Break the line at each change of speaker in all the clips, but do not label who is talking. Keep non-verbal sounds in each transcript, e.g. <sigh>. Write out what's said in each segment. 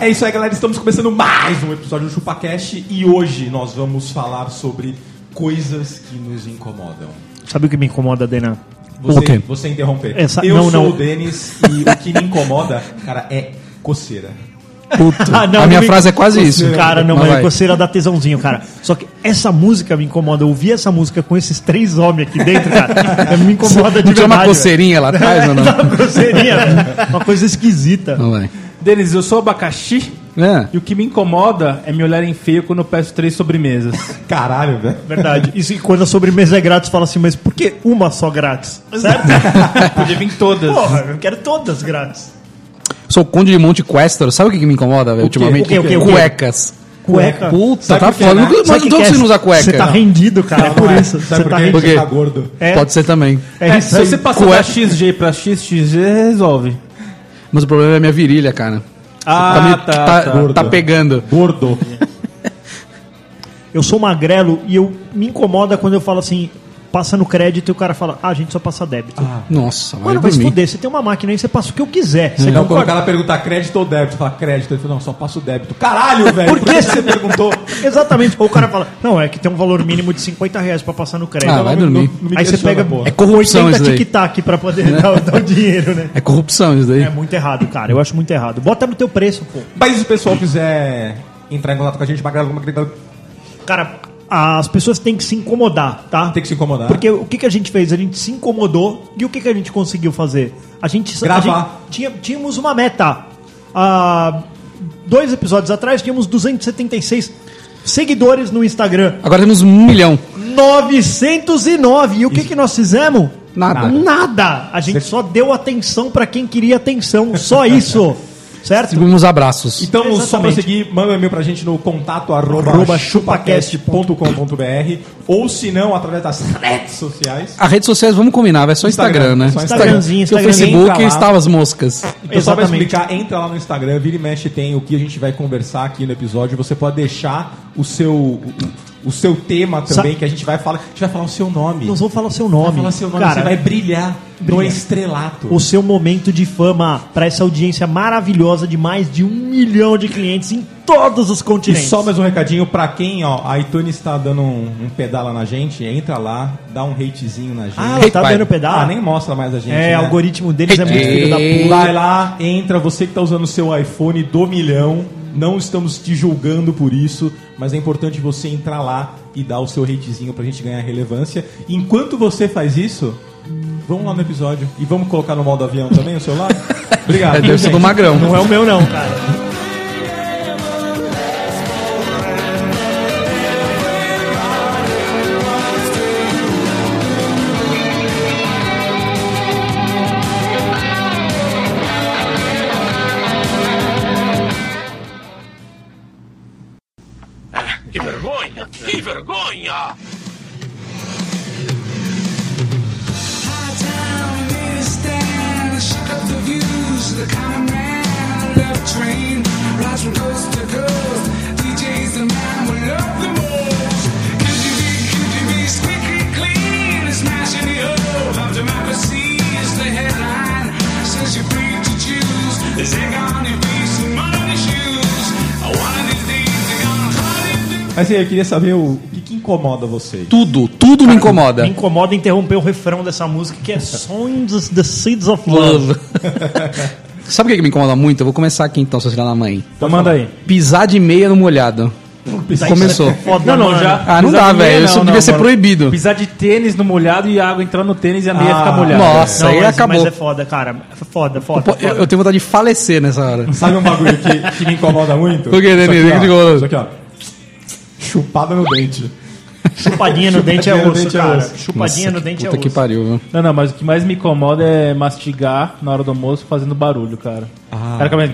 É isso aí, galera. Estamos começando mais um episódio do ChupaCast e hoje nós vamos falar sobre coisas que nos incomodam.
Sabe o que me incomoda, Dena?
Você,
O quê?
você interromper.
Essa-
Eu
não,
sou
não.
o Denis e o que me incomoda, cara, é coceira.
Puto.
<laughs> Ah, não,
a minha
me-
frase é quase isso.
Cara, não,
Mas
mas
vai.
coceira dá tesãozinho, cara. Só que essa música me incomoda. Eu ouvi essa música com esses três homens aqui dentro,
<laughs>
cara. Me incomoda é de
É, Não tinha uma
verdade.
coceirinha lá atrás, ou não?
velho. <laughs> Uma coceirinha, velho. Uma coisa esquisita.
Não vai.
Denis, eu sou abacaxi
É.
e o que me incomoda é me olharem feio quando eu peço três sobremesas.
Caralho, velho.
Verdade. Isso, e quando a sobremesa é grátis, fala assim, mas por que uma só grátis? Certo?
Podia vir todas.
é, Porra, eu quero todas grátis.
Sou conde de Monte Questro. Sabe o que que me incomoda, velho,
O quê?
ultimamente?
O quê? O quê? O quê?
Cuecas.
Cueca.
Puta,
Sabe
tá
o que é, né?
foda. Mas
Sabe
não
o que
tô
que é?
conseguindo usar cueca.
Você tá rendido, cara. é por
Não é.
isso.
Sabe
Você
por
tá
quê?
rendido.
Por
Você
quê?
tá gordo.
É.
Pode ser também.
É
É,
isso
se
aí.
você passar
Cueca.
da XG pra XXG, resolve.
Mas o problema é minha virilha, cara.
Ah,
meio-
tá, tá.
tá, tá pegando.
Gordo.
Eu sou magrelo e eu me incomoda quando eu falo assim, passa no crédito e o cara fala, ah, a gente só passa débito.
Nossa, Ah, vai É
Mano,
por
vai se
mim.
fuder, você tem uma máquina aí, você passa o que eu quiser. Você
Então, quando o
concorda?
cara perguntar crédito ou débito, fala crédito. Ele fala, não, só passo débito. Caralho, velho.
Por que
você perguntou?
Exatamente. Ou o cara fala, não, é que tem um valor mínimo de 50 reais pra passar no crédito.
Ah, vai dormir.
me
aí você
questiona,
pega
porra.
É corrupção isso daí.
tic-tac pra poder dar,
<laughs>
o- dar o dinheiro, né?
É corrupção isso daí.
É muito errado, cara. Eu acho muito errado. Bota no teu preço, pô.
Mas se o pessoal quiser entrar em contato com a gente, magrelo, magrelo,
Cara, as pessoas têm que se incomodar, tá?
tem que se incomodar.
Porque o que, que a gente fez? A gente se incomodou e o que, que a gente conseguiu fazer? A gente a
Gravar.
gente tinha, tínhamos uma meta. Há dois episódios atrás tínhamos 276 seguidores no Instagram.
Agora temos um milhão.
909. E o que, que nós fizemos?
Nada.
Nada. A gente só deu atenção pra quem queria atenção.
<laughs>
Só isso. certo?
Distribuímos abraços.
Então, só pra
Exatamente.
seguir, manda um e-mail pra gente no contato arroba,
Arroba
chupacast.com.br ou se não, através das redes sociais.
As redes sociais, vamos combinar, vai só Instagram,
Instagram,
né?
só
Instagramzinho,
Porque
Instagram.
o
tá
Facebook
Entra lá.
estava as moscas.
Então, só pra
Exatamente.
explicar, entra lá no Instagram, vira e mexe, tem o que a gente vai conversar aqui no episódio. Você pode deixar o seu, o- o seu tema também,
Sa-
que a gente vai falar. A gente vai falar o seu nome.
Nós vamos falar o seu
Vai
nome.
falar seu nome,
cara,
você vai brilhar, no
Brilhar.
estrelato.
o seu momento de fama pra essa audiência maravilhosa de mais de um milhão de clientes em todos os
E
continentes.
só mais um recadinho pra quem, ó, a iTunes tá dando um, um pedala na gente, entra lá, dá um hatezinho na gente.
Ah, ela tá
Pai.
dando pedal?
Ah, nem mostra mais a gente.
É,
né?
o algoritmo deles é muito filho da
Ei.
puta.
Vai lá, entra, você que tá usando o seu iPhone do milhão, não estamos te julgando por isso, mas é importante você entrar lá e dar o seu hatezinho pra gente ganhar relevância. Enquanto você faz isso, vamos lá no episódio e vamos colocar no modo avião também o
<laughs>
celular? Obrigado.
É, deve ser
Gente,
do Magrão.
Não é o meu não,
<laughs>
cara.
Que vergonha! Que vergonha!
Mas e aí, eu queria saber o, o que, que incomoda vocês.
Tudo, tudo me incomoda.
Me incomoda interromper o refrão dessa música que é Songs of the Seeds of Love.
Love. <laughs> Sabe o que que me incomoda muito? Eu vou começar aqui então, sua filha da mãe.
Então manda aí.
Pisar de meia no molhado. Começou.
é Foda,
Não, não,
mano.
já.
Ah, não
Pisar
dá,
de meia,
velho. Isso
não,
devia
não,
ser
mano.
proibido.
Pisar de tênis no molhado e a água entrar no tênis e a meia
Ah,
ficar molhada.
Nossa,
Não,
aí
mas,
acabou.
mas é foda, cara. É Foda, foda.
Pô,
foda.
Eu, eu tenho vontade de falecer nessa hora.
Sabe um bagulho que, que me incomoda muito?
Por quê,
Isso aqui,
Danilo? O que
ó.
te incomoda?
Isso aqui, ó. Chupada no dente.
Chupadinha no dente é
Chupadinha no
osso,
dente é
cara.
osso.
Chupadinha
Nossa,
no
que
dente é
puta
osso.
que pariu, viu?
Não, não, mas o que mais me incomoda é mastigar na hora do almoço fazendo barulho, cara.
Ah.
O cara começa-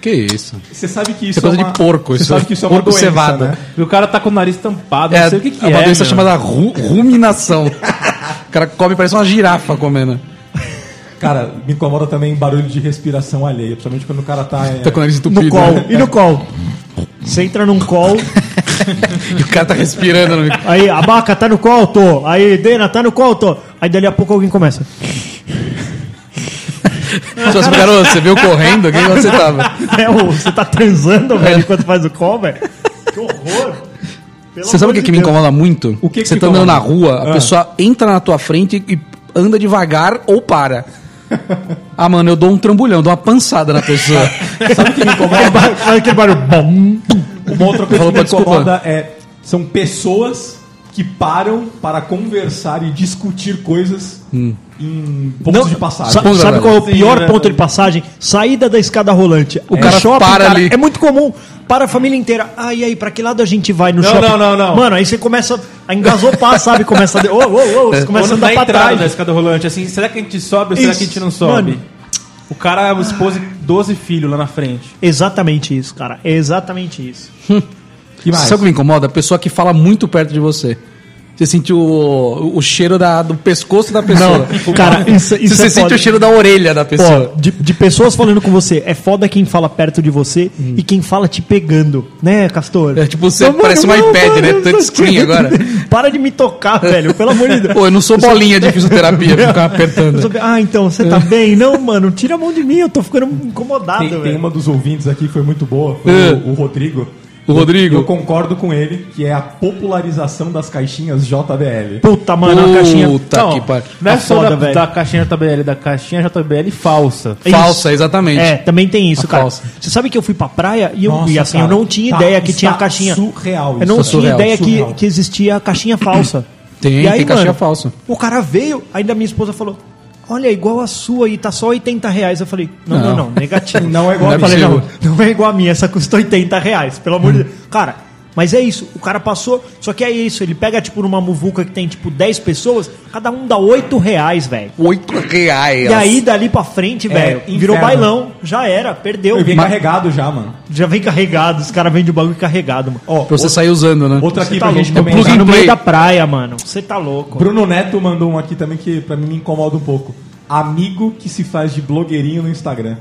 Que isso?
Você sabe que isso
Isso é coisa
uma-
de porco,
Você
isso
sabe
é
que isso é uma
porco
doença,
cevada.
né?
E o cara tá com o nariz
Ah,
tampado, não sei o que, que
é
é.
uma doença
meu.
chamada ru- ruminação. o cara come, parece uma girafa comendo.
Cara, me incomoda também barulho de respiração alheia, principalmente quando o cara tá. é,
Tá com o nariz entupido.
No call.
né?
E no call? Você entra num call,
<laughs> E o cara tá respirando. No...
aí abaca, tá no call, tô. Aí Dena, tá no call, tô. Aí dali a pouco alguém começa.
Só assim, garoto, você veio correndo? Quem você tava?
É, ô, você tá transando, velho, enquanto faz o call, velho? Que horror! Pelo
Você sabe
amor
o que,
de
que me
Deus.
incomoda muito?
O que que
você
te
tá andando
incomoda?
na rua, a
Ah.
pessoa entra na tua frente e anda devagar
<laughs>
ou para. Ah, mano, eu dou um trambulhão, dou uma pançada na pessoa.
<laughs>
Aquele barulho- Faz aquele barulho. Bom.
Uma outra coisa
Falou
que me
pra desculpa.
incomoda é. São pessoas que param para conversar e discutir coisas
Hum.
em pontos de passagem.
Ponto
Sa-
de
sabe
passagem.
qual é o
Sim,
pior
né?
ponto de passagem? Saída da escada rolante. O
cara para ali.
É muito comum. Para a família inteira. Ah, e aí, pra que lado a gente vai no
Não,
shopping?
não, não, não.
Mano, aí você começa a engasopar, sabe? Começa a... de- Ô, ô, ô, você
Ou
começa a
não dá
andar pra
entrada
trás.
na escada rolante, assim, será que a gente sobe ou será
Isso,
que a gente não sobe?
mano.
O cara expôs 12 filhos lá na frente.
Exatamente isso, cara. É exatamente isso.
Que mais?
Sabe o que me incomoda? A pessoa que fala muito perto de você. Você sente o, o cheiro da- do pescoço da pessoa.
cara, isso, isso
você
é
sente
foda.
o cheiro da orelha da pessoa.
Ó, de, de pessoas falando com você, é foda quem fala perto de você e quem fala te pegando, né, Castor?
É tipo, você
Não, mano,
parece um
não,
iPad,
mano,
né?
não,
Touchscreen agora.
<laughs> Para de me tocar, velho, pelo amor de Deus.
Pô, eu não sou bolinha
<laughs>
de fisioterapia pra ficar
Eu sou-
apertando.
Ah, então, você tá bem? Não, mano, tira a mão de mim, eu tô ficando incomodado,
Tem, tem
velho.
uma dos ouvintes aqui que foi muito boa, foi
É.
o, o Rodrigo.
O Rodrigo.
Eu concordo com ele, que é a popularização das caixinhas JBL.
Puta, mano, a caixinha...
Puta que pariu.
Não é
Tá
só
foda,
da,
velho.
da caixinha JBL, da caixinha JBL falsa.
É isso.
Falsa, exatamente.
É, também tem isso,
A
cara.
falsa.
Você sabe que eu fui pra praia e, eu,
Nossa,
e assim,
cara,
eu não tinha
tá-
ideia que
está
tinha a caixinha.
surreal
Eu não tinha
isso, tá surreal,
ideia
surreal.
Que, que existia a caixinha falsa.
<clears throat> Tem, tem caixinha falsa.
O cara veio, ainda minha esposa falou: Olha, igual a sua e tá só 80 reais. Eu falei: Não, não, não,
<laughs> Não.
negativo.
Não é igual
eu
a
falei,
minha. Hum.
não, não é igual a minha, essa custa 80 reais, pelo amor de Deus. Cara, mas é isso, o cara passou, só que é isso, ele pega tipo numa muvuca que tem tipo 10 pessoas, cada um dá 8 reais, velho.
Oito reais.
E aí, dali pra frente, velho, virou
inferno.
bailão, já era, perdeu.
Eu vim
Ma-
carregado já, mano.
Já vem carregado, os caras vendem o bagulho carregado, mano.
Ó,
Pra você
outra-
sair usando, né?
outra
Você
aqui
tá
pra
louco,
gente
é
plug
comentar.
and
no meio
play.
da praia, mano. Você tá louco.
Bruno Neto mandou um aqui também que pra mim me incomoda um pouco. Amigo que se faz de blogueirinho no Instagram.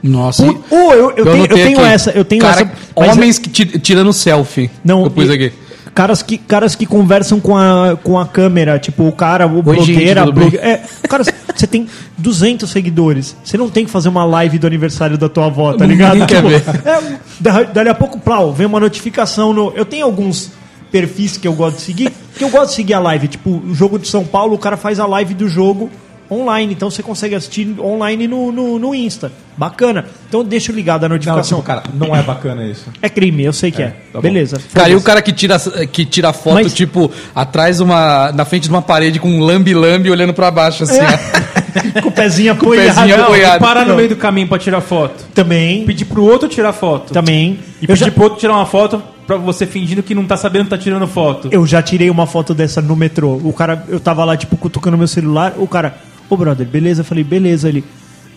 Nossa.
Pu- Oh, eu, eu tenho, eu
anotei
tenho
aqui.
essa, eu tenho
Cara,
essa. mas
Homens que ti- tirando selfie.
eu- não,
Eu pus
e-
aqui.
Caras que, caras que conversam com a, com a câmera, tipo, o cara, o
gente,
blogueira,
tudo
blogue...
bem?
é, cara, você tem 200 seguidores, você não tem que fazer uma live do aniversário da tua avó, tá ligado?
Ninguém quer ver.
é, da- dali a pouco, plau, vem uma notificação no... Eu tenho alguns perfis que eu gosto de seguir, que eu gosto de seguir a live, tipo, o jogo de São Paulo, o cara faz a live do jogo online, então você consegue assistir online no, no, no Insta, bacana. Então eu deixo ligado a
Não,
assim,
notificação.
tipo, cara, não é bacana
<laughs>
isso.
É crime, eu sei que é.
bom.
Beleza.
Cara, e o cara que tira, que tira foto,
Mas-
tipo, atrás de uma. na frente de uma parede com um lambe-lambe olhando pra baixo,
É.
assim. ó. <laughs>
Com o pezinho apoiado.
pezinho
Não,
apoiado.
E parar
Não.
no meio do caminho pra tirar foto.
Também.
Pedir pro outro tirar foto.
Tá
Também.
E
Eu
pedir
já,
pro outro tirar uma foto pra você fingindo que não tá sabendo que tá tirando foto.
eu já tirei uma foto dessa no metrô. O cara, eu tava lá, tipo, cutucando meu celular. O cara, ô brother, beleza? Eu falei, beleza. Ele,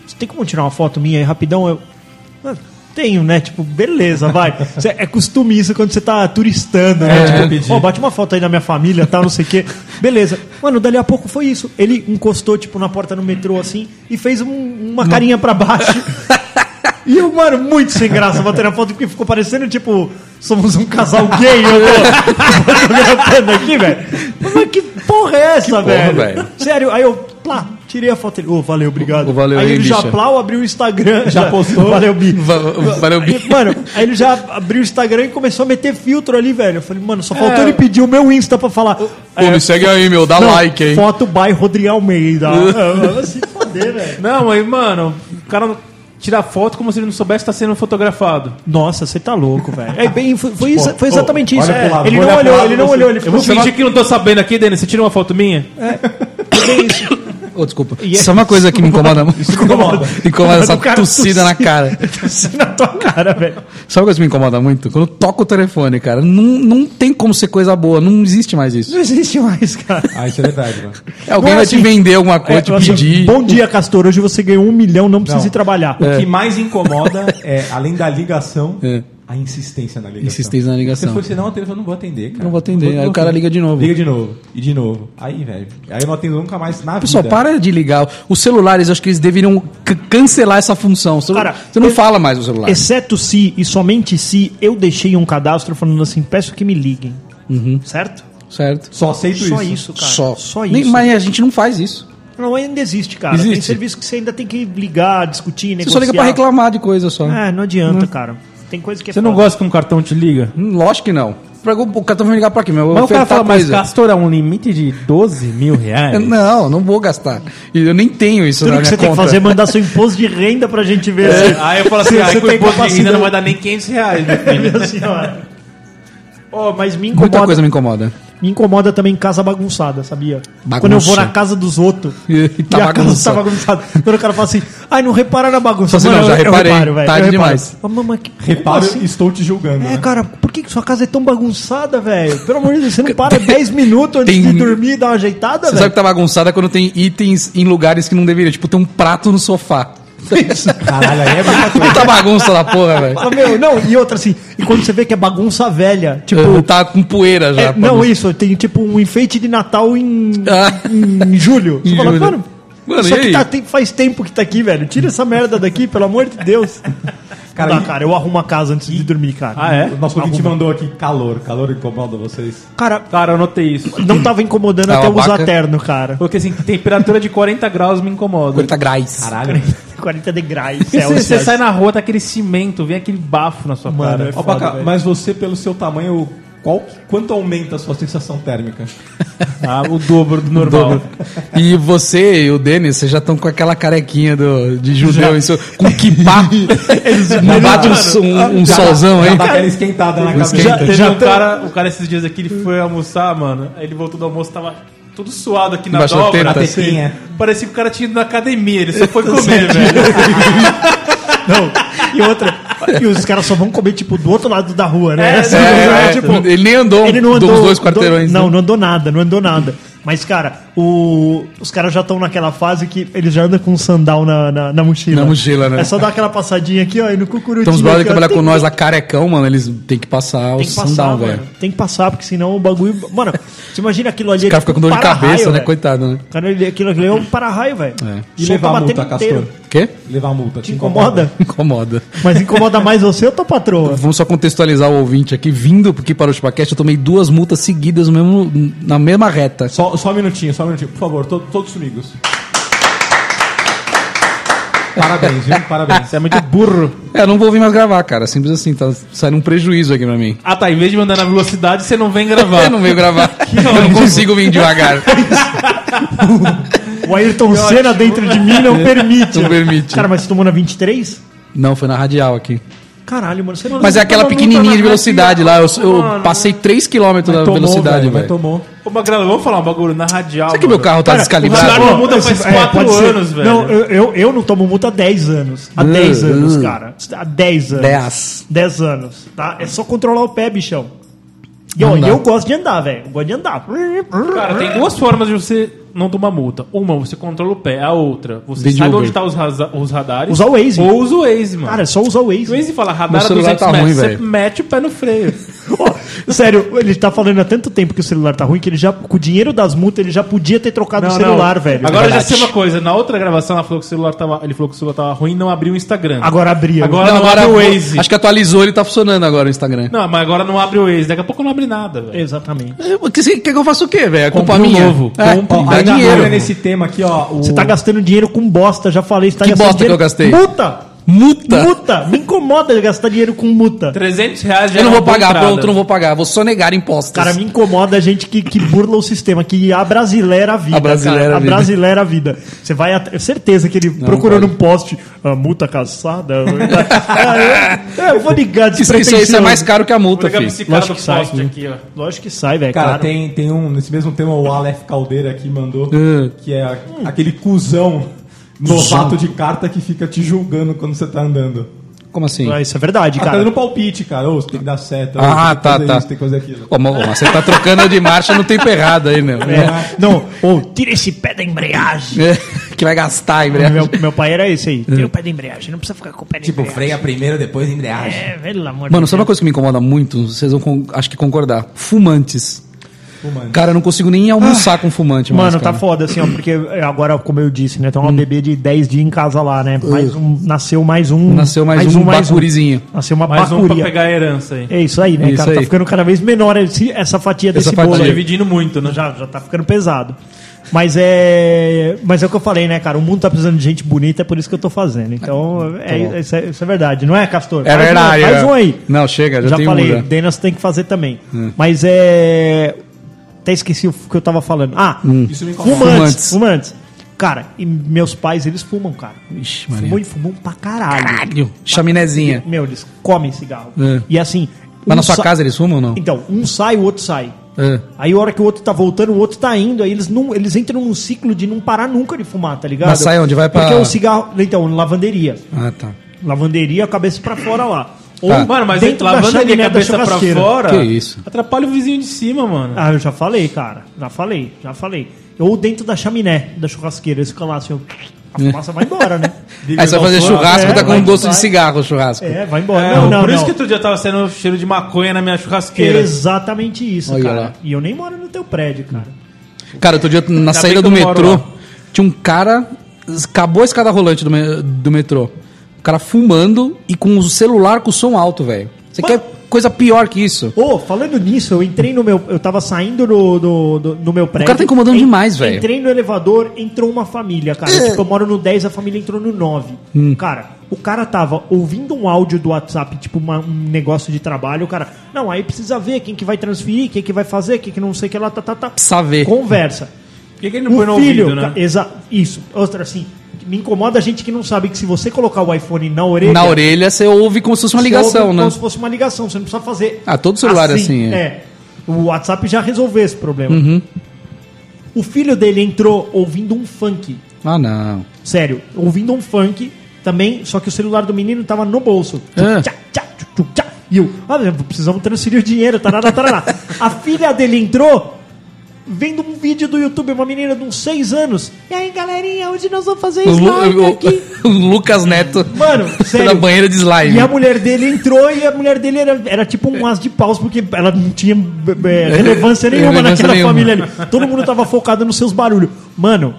você tem como tirar uma foto minha aí rapidão? Eu, "Ah, tenho, né? Tipo, beleza, vai. Cê- é costume isso quando você tá turistando, né?
É,
tipo,
pedir.
ó, bate uma foto aí da minha família, tal, não sei o quê. Beleza. Mano, dali a pouco foi isso. Ele encostou, tipo, na porta no metrô, assim, e fez um- uma carinha pra baixo. E eu, mano, muito sem graça bater na foto, porque ficou parecendo, tipo, somos um casal gay, eu tô <laughs> fotografando aqui, velho. Mas que porra é essa, velho?
velho.
Sério, aí eu, plá, tirei a foto dele. Ô, valeu, obrigado.
Ô, valeu
aí
aí,
ele já
bicha.
plau, abriu o Instagram.
Já postou?
Valeu, bi.
Va- Valeu,
Aí,
Bi.
mano, aí ele já abriu o Instagram e começou a meter filtro ali, velho. Eu falei, mano, só faltou ele pedir o meu Insta pra falar.
É. Pô, me segue aí, meu, dá
É. Não,
like aí.
Foto by Rodrigo
<laughs>
Almeida. Ah, vai Se foder, velho.
Não, aí, mano, o cara tira foto como se ele não soubesse que tá sendo fotografado.
Nossa, você tá louco, velho. É bem, foi, foi isso- foi
ô,
exatamente isso. é.
olha pro lado,
ele
vou
não
olhar pro
olhou,
lado,
ele não
você-
olhou, ele
Eu
ficou
vou
assim,
fingir que não tô sabendo aqui, Denis. Você tira uma foto minha?
"Foi bem isso.
Ô, desculpa.
E
Isso é uma coisa que me incomoda muito.
Isso
<laughs>
incomoda.
incomoda
<laughs>
essa
O cara
tossida na
tossindo.
cara.
Tossindo tá na tua cara, velho.
Sabe uma coisa que me incomoda muito? Quando toca o telefone, cara, não, não tem como ser coisa boa, não existe mais isso.
Não existe mais, cara.
Ah, isso é verdade, mano.
Alguém
Não é
vai te
assim.
vender alguma coisa,
É,
te
assim,
pedir.
Bom dia, Castor. Hoje você ganhou um milhão, não precisa
Não.
ir trabalhar.
O que mais incomoda é, além da ligação,
É.
a insistência na ligação.
Insistência na ligação.
Se for assim, não, atendo, eu falo, não vou atender, cara.
Não vou atender. Aí o cara liga de novo.
Liga de novo. E de novo. Aí, velho. Aí eu não atendo nunca mais na
Pessoal,
vida.
para de ligar. Os celulares, acho que eles deveriam c- cancelar essa função. Você,
Cara,
não, você não
eu-
fala mais no celular.
Exceto se e somente se eu deixei um cadastro falando assim, peço que me liguem. Certo?
Certo?
Só aceito
Só
isso.
isso, cara.
Uhum. só.
Só isso.
Nem- mas a gente não faz isso.
Não, ainda existe, cara. Tem
Existe.
serviço que você ainda tem que ligar, discutir,
Você
negociar.
só liga pra reclamar Hum. de coisa só.
É, não adianta, cara. Tem coisa que é
Você não
foda.
gosta que um cartão te liga?
Hum, Lógico que não. Pra, o cartão vai me ligar pra quê? Meu? Eu vou
Mas o cara
ofertar
fala, mas
coisa.
Castor é um limite de 12 mil reais?
Não, não vou gastar. E Eu nem tenho isso
Tudo
na
que
minha
você tem que
conta. É.
fazer é mandar seu imposto de renda pra gente ver. assim.
Aí eu falo assim,
Você-
aí
você
com o
tem
imposto de renda
capacidade-
não vai dar nem 500 reais, né?" meu filho.
<laughs> Minha senhora. Ó, mas me
Muita
incomoda, É,
coisa me incomoda.
me incomoda também casa bagunçada, sabia?
Bagunça.
Quando eu vou na casa dos outros
<laughs> E- e tá
a casa tá
bagunçada.
bagunçada. Quando o cara fala assim, ai, não repararam na bagunça.
Fala assim,
Mano,
não, já reparei, tarde
reparo.
demais.
Ah, mamãe, que-
Repara,
como assim?
estou te julgando.
É,
né?
cara, por que que sua casa é tão bagunçada, velho? Pelo amor de Deus,
<laughs>
você não para 10 minutos antes
Tem-
de dormir e dar uma ajeitada,
Você sabe que
velho?
tá bagunçada quando tem itens em lugares que não deveria. Tipo, tem um prato no
<laughs>
sofá.
Caralho, aí é muito
Puta bagunça da porra, velho.
Fala, meu, não, e outra assim, e quando você vê que é bagunça velha, tipo...
Tá com poeira já.
é,
pra
não,
não-
isso, tem tipo um enfeite de Natal em,
Ah.
em julho. Você
<laughs> Em
fala,
julho.
mano,
Mano,
isso
e
aqui
aí?
tá- tem- faz tempo que tá aqui, velho. Tira essa merda daqui, pelo amor de Deus.
Cara,
Cara,
e-
cara, eu arrumo a casa antes de dormir, cara.
Ah, é?
O nosso ouvinte mandou aqui calor. Calor incomoda vocês.
Cara,
Cara, eu notei isso.
não tava incomodando
Ah,
até eu usar
abaca.
terno,
<laughs>
cara.
Porque assim, temperatura de 40 graus me incomoda.
40 graus.
Caralho.
40 degraus,
Porque Você você
Celsius.
sai na rua, tá aquele cimento, vem aquele bafo na sua
Mano,
cara.
é
Ó,
foda,
Paca,
velho.
mas você, pelo seu tamanho, qual, quanto aumenta a sua sensação térmica?
Ah, o dobro
<laughs>
do normal.
E você e o Denis, vocês já estão com aquela carequinha do, de judeu, isso, com
<laughs>
kipá. Não bate um, um, um solzão aí.
Já dá aquela esquentada na cabeça.
Já,
Então,
teve
já
um
tá-
cara, o cara esses dias aqui, ele foi almoçar, mano. Aí ele voltou do almoço, tava tudo suado aqui na
Embaixo da
dobra.
teta,
assim.
assim, é.
Parecia que o cara tinha ido na academia, ele
<laughs>
só foi comer, velho.
E outra, e os caras só vão comer, tipo, do outro lado da rua, né?
É,
Assim,
É,
né?
é,
Tipo,
ele nem andou,
ele não
dos
andou.
dois quarteirões.
do- não,
né? Uhum.
não andou nada, não andou nada. Mas, cara, o- os caras já estão naquela fase que eles já andam com um sandal na, na, na mochila.
Na mochila, né?
É só dar aquela passadinha aqui, ó, e no cucurutinho.
Então os brothers que
aqui, ó,
trabalham
tem-
com nós lá carecão, mano, eles têm que passar o
Tem que passar,
sandal,
mano.
velho.
Tem que passar, porque senão o bagulho... Mano, você imagina aquilo ali...
O cara fica com dor de cabeça, né?
Coitado.
Coitado, né?
Cara, ele- aquilo ali é um para-raio, velho.
É.
E
Solta
levar a multa,
batendo inteiro.
Castor?
Quê? <laughs>
Levar a multa.
Te incomoda?
Incomoda.
Mas incomoda mais você ou tua
<laughs>
patroa?
Vamos só contextualizar o ouvinte aqui. Vindo aqui para o Chupacast, eu tomei duas multas seguidas no mesmo, na mesma reta.
Só, só um minutinho, só um minutinho. Por favor, to- todos amigos. Parabéns, viu? Parabéns.
Você é muito burro.
É, eu não vou vir mais gravar, cara. Simples assim, tá saindo um prejuízo aqui pra mim.
Ah tá, em vez de mandar na velocidade, você não vem gravar.
Eu <laughs> não veio gravar. Eu não consigo vir devagar.
O Ayrton Senna dentro de mim
<laughs>
não permite.
Não permite.
Cara, mas você tomou na 23?
Não, foi na radial aqui.
Caralho, mano, você não...
Mas é aquela
tomou
pequenininha
multa
de
na
velocidade lá. Eu, eu passei 3km da
Tomou,
velocidade,
Mas
velho.
tomou.
Ô, Magrelo, vamos falar um bagulho na radial.
Será que meu
mano.
carro tá
o
descalibrado?
Ricardo muda faz
esse-
quatro
É, pode ser.
anos, velho.
Não, eu, eu, eu não tomo multa há 10 anos. Há 10
Ah,
anos,
ah.
cara. Há 10 anos.
Dez.
10 anos, tá? É só controlar o pé, bichão. E ó,
Andar.
e eu gosto de andar, velho. Eu gosto de andar.
Cara, tem duas formas de você não tomar multa. Uma, você controla o pé. A outra, você
Vem de
sabe
Uber.
onde tá os, raza- os radares.
Usa o Waze.
Ou usa o Waze, mano.
Cara, é só usar o
o
Waze.
Waze fala radar
Meu
a
celular
200
tá
metros.
ruim,
você
velho.
mete o pé no freio.
Ó, sério, ele tá falando há tanto tempo que o celular tá ruim que ele já, com o dinheiro das multas, ele já podia ter trocado o celular, velho.
Agora eu já
Verdade.
sei uma coisa. Na outra gravação, ela falou que o celular tava, ele falou que o celular tava ruim e não abriu o Instagram.
Agora abria.
Agora-
Não,
não
agora
abre o
vou-
Waze.
acho que atualizou, ele tá funcionando agora o Instagram.
Não, mas agora não abre o Waze. Daqui a pouco não abre nada, velho.
Exatamente.
Eu- que- que- Quer que eu faça o quê, velho? É culpa
Compre um
minha?
novo.
É,
Compre.
dá
Ainda
dinheiro.
olha nesse tema aqui, ó. o-
Você tá gastando dinheiro com bosta, já falei. Você tá
Que
gastando
bosta que eu
dinheiro-
gastei?
Multa!
Multa?
Muta! Me incomoda gastar dinheiro com muta.
300 reais já
Eu não
é
vou
uma
pagar,
entrada.
pronto, não vou pagar. Vou sonegar impostos.
Cara, me incomoda a gente que, que burla o sistema, que abrasileira a vida.
A brasileira é
cara.
a vida.
A brasileira a vida. Você vai até. Certeza que ele procurou
pode.
num poste. ah, multa caçada.
<laughs>
Ah, eu, eu vou ligar
Isso, isso, isso é
despretensioso.
mais caro que a multa,
Vou ligar pra
filho.
esse cara
Lógico
do
que sai,
poste
né?
aqui, ó.
Lógico que sai,
É
velho.
Cara,
claro.
tem, tem um. Nesse mesmo tema, o Aleph Caldeira aqui mandou,
Hum.
que é a- aquele cuzão novato de carta que fica te julgando quando você tá andando.
Como assim?
Ah, Isso é verdade,
Ah, tá
cara.
dando palpite, cara. Ô, você tem que dar seta. ô,
Ah,
tem que
tá,
fazer
tá.
Isso, tem que fazer aquilo.
Ô, mo- mas você tá trocando de marcha no tempo errado aí, meu.
É, Não, ou tira esse pé da embreagem.
É, <laughs> que vai gastar, embreagem.
Meu, meu pai era esse
É.
aí. Tira o pé da embreagem, não precisa ficar com o pé da
Tipo,
embreagem.
freia primeiro, depois embreagem.
É, pelo amor
Mano,
de
sabe uma
Deus.
coisa que me incomoda muito? Vocês vão, con- acho que, concordar. Fumantes.
Fumante.
Cara, eu não consigo nem almoçar com fumante, mais,
Mano, tá
cara.
foda assim, ó, porque agora, como eu disse, né? Tem
Hum.
uma bebê de 10 dias em casa lá, né? Mais um, nasceu mais um.
Nasceu mais um bacurizinho.
Nasceu uma
Mais um pra
bacuria.
pegar a herança aí.
É isso aí, né,
Isso
cara? Tá
aí.
ficando cada vez menor esse- essa fatia desse
fatia.
bolo aí.
Dividindo muito, né?
Já, já tá ficando pesado. Mas é. Mas é o que eu falei, né, cara? O mundo tá precisando de gente bonita, é por isso que eu tô fazendo. Então, é,
Tá bom.
isso, é, isso é verdade, não é, Castor?
É
Faz um-
verdade.
faz
é.
um aí.
Não, chega, já,
Já
tem um.
falei,
já.
Denas tem que fazer também. Mas é. Até esqueci o que eu tava falando. Ah,
Isso me incomoda.
fumantes,
Hum. Fumantes.
fumantes. Cara, e meus pais, eles fumam, cara.
Ixi,
Fumam
Maria.
e fumam pra caralho.
Caralho. Chaminézinha.
Meu, eles comem cigarro.
É.
E assim.
Mas
um
na sua
sa-
casa eles fumam ou não?
Então, um sai, o outro sai.
É.
Aí a hora que o outro tá voltando, o outro tá indo. Aí eles, não, eles entram num ciclo de não parar nunca de fumar, tá ligado?
Mas sai onde? Vai pra-
Porque o cigarro. Então, lavanderia.
Ah, tá.
Lavanderia, cabeça pra fora lá. Ou
Tá.
Mano, mas
dentro da
lavando ali a
chaminé da
cabeça pra
churrasqueira.
fora.
Que isso?
Atrapalha o vizinho de cima, mano.
Ah, eu já falei, cara. Já falei, já falei. Ou dentro da chaminé da churrasqueira. Eles ficam lá assim, ó, a
É.
fumaça vai embora,
<laughs>
né?
Aí você vai fazer churrasco,
é,
tá com
vai,
um gosto
vai.
de cigarro o churrasco.
É, vai embora.
É,
não, não,
por
não.
isso que outro dia tava sendo cheiro de maconha na minha churrasqueira.
Exatamente isso,
Olha
cara.
lá.
E eu nem moro no teu prédio, cara.
Cara, outro dia na saída
bem
do
que eu não moro
metrô, tinha um cara. Acabou a escada rolante do, me- do metrô. O cara fumando e com o celular com o som alto, velho. Você
Mano.
quer coisa pior que isso?
Ô, falando nisso, eu entrei no meu. Eu tava saindo do, do, do- do meu prédio.
cara tá incomodando
En-
demais, velho.
Entrei no elevador, entrou uma família, cara.
É.
Tipo, eu moro no 10, a família entrou no 9.
Hum.
Cara, o cara tava ouvindo um áudio do WhatsApp, tipo uma- um negócio de trabalho. O cara, não, aí precisa ver quem que vai transferir, quem que vai fazer, quem que não sei o que lá, tá, tá, tá.
Precisa ver.
Conversa.
Por que, que ele não põe no
o filho,
ouvido, né?
ca- exa- isso. Outra, assim, me incomoda a gente que não sabe que se você colocar o iPhone na orelha.
Na orelha você ouve como se fosse uma
Você
ligação,
ouve
né?
Como se fosse uma ligação, você não precisa fazer.
Ah, todo celular é assim,
é.
é. Uhum.
O WhatsApp já resolveu esse problema. O filho dele entrou ouvindo um funk.
Ah, não.
Sério, ouvindo um funk também, só que o celular do menino tava no bolso.
Ah.
Tchá, tchá, tchá, tchá, tchá. E eu, ah, precisamos transferir o dinheiro, tarará, tarará. A filha dele entrou vendo um vídeo do YouTube, uma menina de uns 6 anos. E aí, galerinha, hoje nós vamos fazer
O, Lu-
slime
o- <laughs>
aqui.
o Lucas Neto
Mano, sério.
na banheira de slime.
E a mulher dele entrou e a mulher dele era, era tipo um as de paus, porque ela não tinha eh, relevância nenhuma
Relevância
naquela
nenhuma.
família ali. Todo mundo tava focado nos seus barulhos. Mano,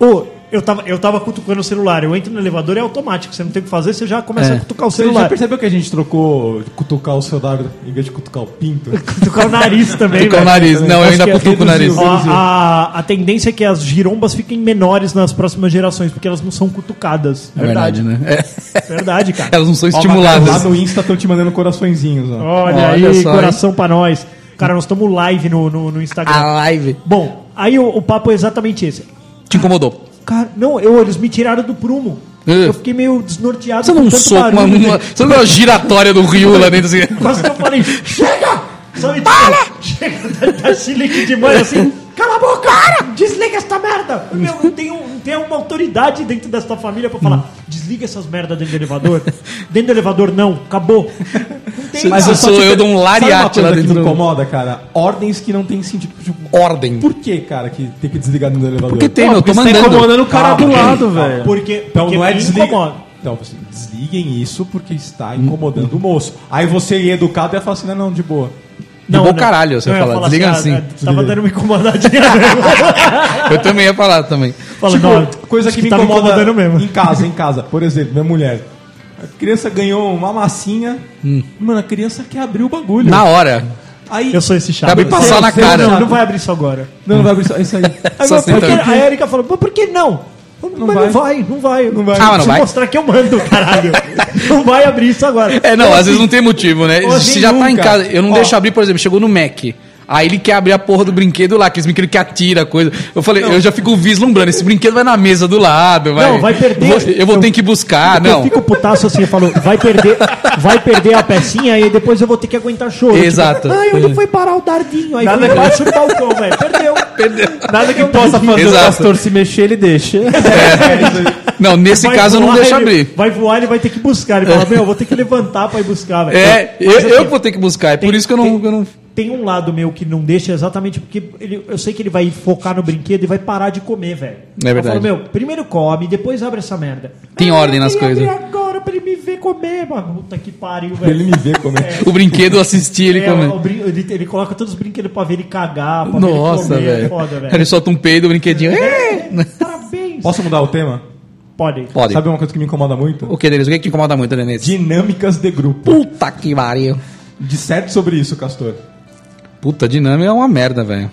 ô, eu, tava, eu tava cutucando o celular. Eu entro no elevador e é automático. Você não tem o que fazer, você já começa
É.
a cutucar o
Você já
celular.
percebeu que a gente trocou de cutucar o celular em vez de cutucar o pinto?
Cutucar
<laughs>
o nariz também,
Cutucar
velho.
o nariz. Não, eu
Acho
ainda
que é
cutuco o nariz.
Ó, a, a tendência é que as girombas fiquem menores nas próximas gerações, porque elas não são cutucadas.
É verdade,
verdade,
né? É.
Verdade,
<laughs>
cara.
Elas não são
tá
Lá
estimuladas.
no Insta estão te mandando coraçõezinhos, ó.
Olha,
Olha
aí,
só,
coração pra nós. Cara, nós estamos live no, no, no Instagram.
A live
Bom, aí o, o papo é exatamente esse.
te incomodou.
Cara, não, eu, eles me tiraram do prumo.
É.
Eu fiquei meio desnorteado.
Você não
com
um
tanto
soco, uma,
barulho, né?
uma,
velho.
você não deu uma giratória do rio lá dentro assim.
Quase que eu falei, chega! Sabe, tipo, <laughs> chega, tá chilique demais assim. Cala a boca, cara! Desliga esta merda! Meu, não tem, um- não tem uma autoridade dentro desta família pra falar, desliga essas merdas dentro do elevador. dentro do elevador, não, acabou. Não tem,
Mas
cara.
eu sou eu de um
Sabe uma
lariate
coisa
lá
que me
dentro. do-
incomoda, cara? Ordens que não tem sentido. Tipo,
Ordem.
por que, cara, que tem que desligar no elevador?
Porque tem,
Não,
meu,
porque
tô
você tá
mandando.
incomodando o cara do lado, velho.
Porque,
Então
porque
não é
me
desliga.
incomoda.
Então, assim, desliguem isso porque está incomodando o moço. Aí você ia educado e ia falar assim, não, não, de boa.
De bom caralho, você
eu ia
fala,
falar
desliga
ah,
assim.
ah, Tava dando uma
<laughs>
incomodadinha. tá.
Eu também ia falar também.
fala,
tipo,
não,
coisa
acho
que me
tá
incomoda
incomodando
em
mesmo.
casa, em casa. Por exemplo, minha mulher. A criança ganhou uma massinha.
Hum.
Mano, a criança quer abrir o bagulho.
Na hora.
Aí,
Eu sou esse chato.
Acabei de passar na
Não,
cara.
Não, não vai abrir isso agora.
Não, não vai abrir só isso aí.
Só
Agora,
senta
por
Porque
que-
aí.
a Erika falou, mas por que não? mas não vai, não vai. Não vai.
Ah, mas não
Se
vai?
mostrar que eu mando, caralho. não vai abrir isso agora.
É, não, às vezes não tem motivo, né?
Ou
Se
assim,
já tá em
nunca.
casa. Eu não
Ó.
deixo abrir, por exemplo, chegou no Mac. Aí ele quer abrir a porra do brinquedo lá, aqueles brinquedos que atira coisa. Eu falei, eu já fico vislumbrando, esse brinquedo vai na mesa do lado, vai.
Não, vai perder.
Vou- eu vou
Eu-
ter que buscar,
Porque Eu
não.
fico putaço assim, eu falo, vai perder, vai perder a pecinha e depois eu vou ter que aguentar choro.
Exato. É.
Tipo, ah, onde foi parar o dardinho? Aí foi lá chutar o pau, velho. Perdeu.
Nada que possa fazer
Exato.
o pastor se mexer, ele deixa.
Não, nesse
Vai
caso eu não
voar,
deixo
ele-
abrir.
Vai voar, ele vai ter que buscar. Ele fala, meu, eu vou ter que levantar pra ir buscar, velho.
É, eu,
Mas, assim,
eu vou ter que buscar, é por
tem-
isso que eu não.
tem-
eu não-
Tem um lado meu que não deixa exatamente porque ele- eu sei que ele vai focar no brinquedo e vai parar de comer, velho.
É verdade.
Eu falo, meu, primeiro come, depois abre essa merda.
Tem
Ah,
ordem
eu
nas
queria
coisas.
abrir agora pra ele me ver comer, mano. Puta que pariu,
Pra ele
velho.
me ver como é.
O brinquedo eu assisti ele
É, o
comendo.
brin- ele, ele coloca todos os brinquedos pra ver ele cagar, pra
Nossa,
ver ele comer. É
velho.
foda,
Aí <laughs> Ele
velho.
solta um peido, o brinquedinho. "É!"
Parabéns.
<laughs> Posso mudar o tema?
Pode.
Pode.
Sabe uma coisa que me incomoda muito?
O que, Denis? O que que te incomoda muito, Denis?
Dinâmicas de grupo.
Puta que pariu.
Disserte sobre isso, Castor.
Puta, dinâmica é uma merda, velho.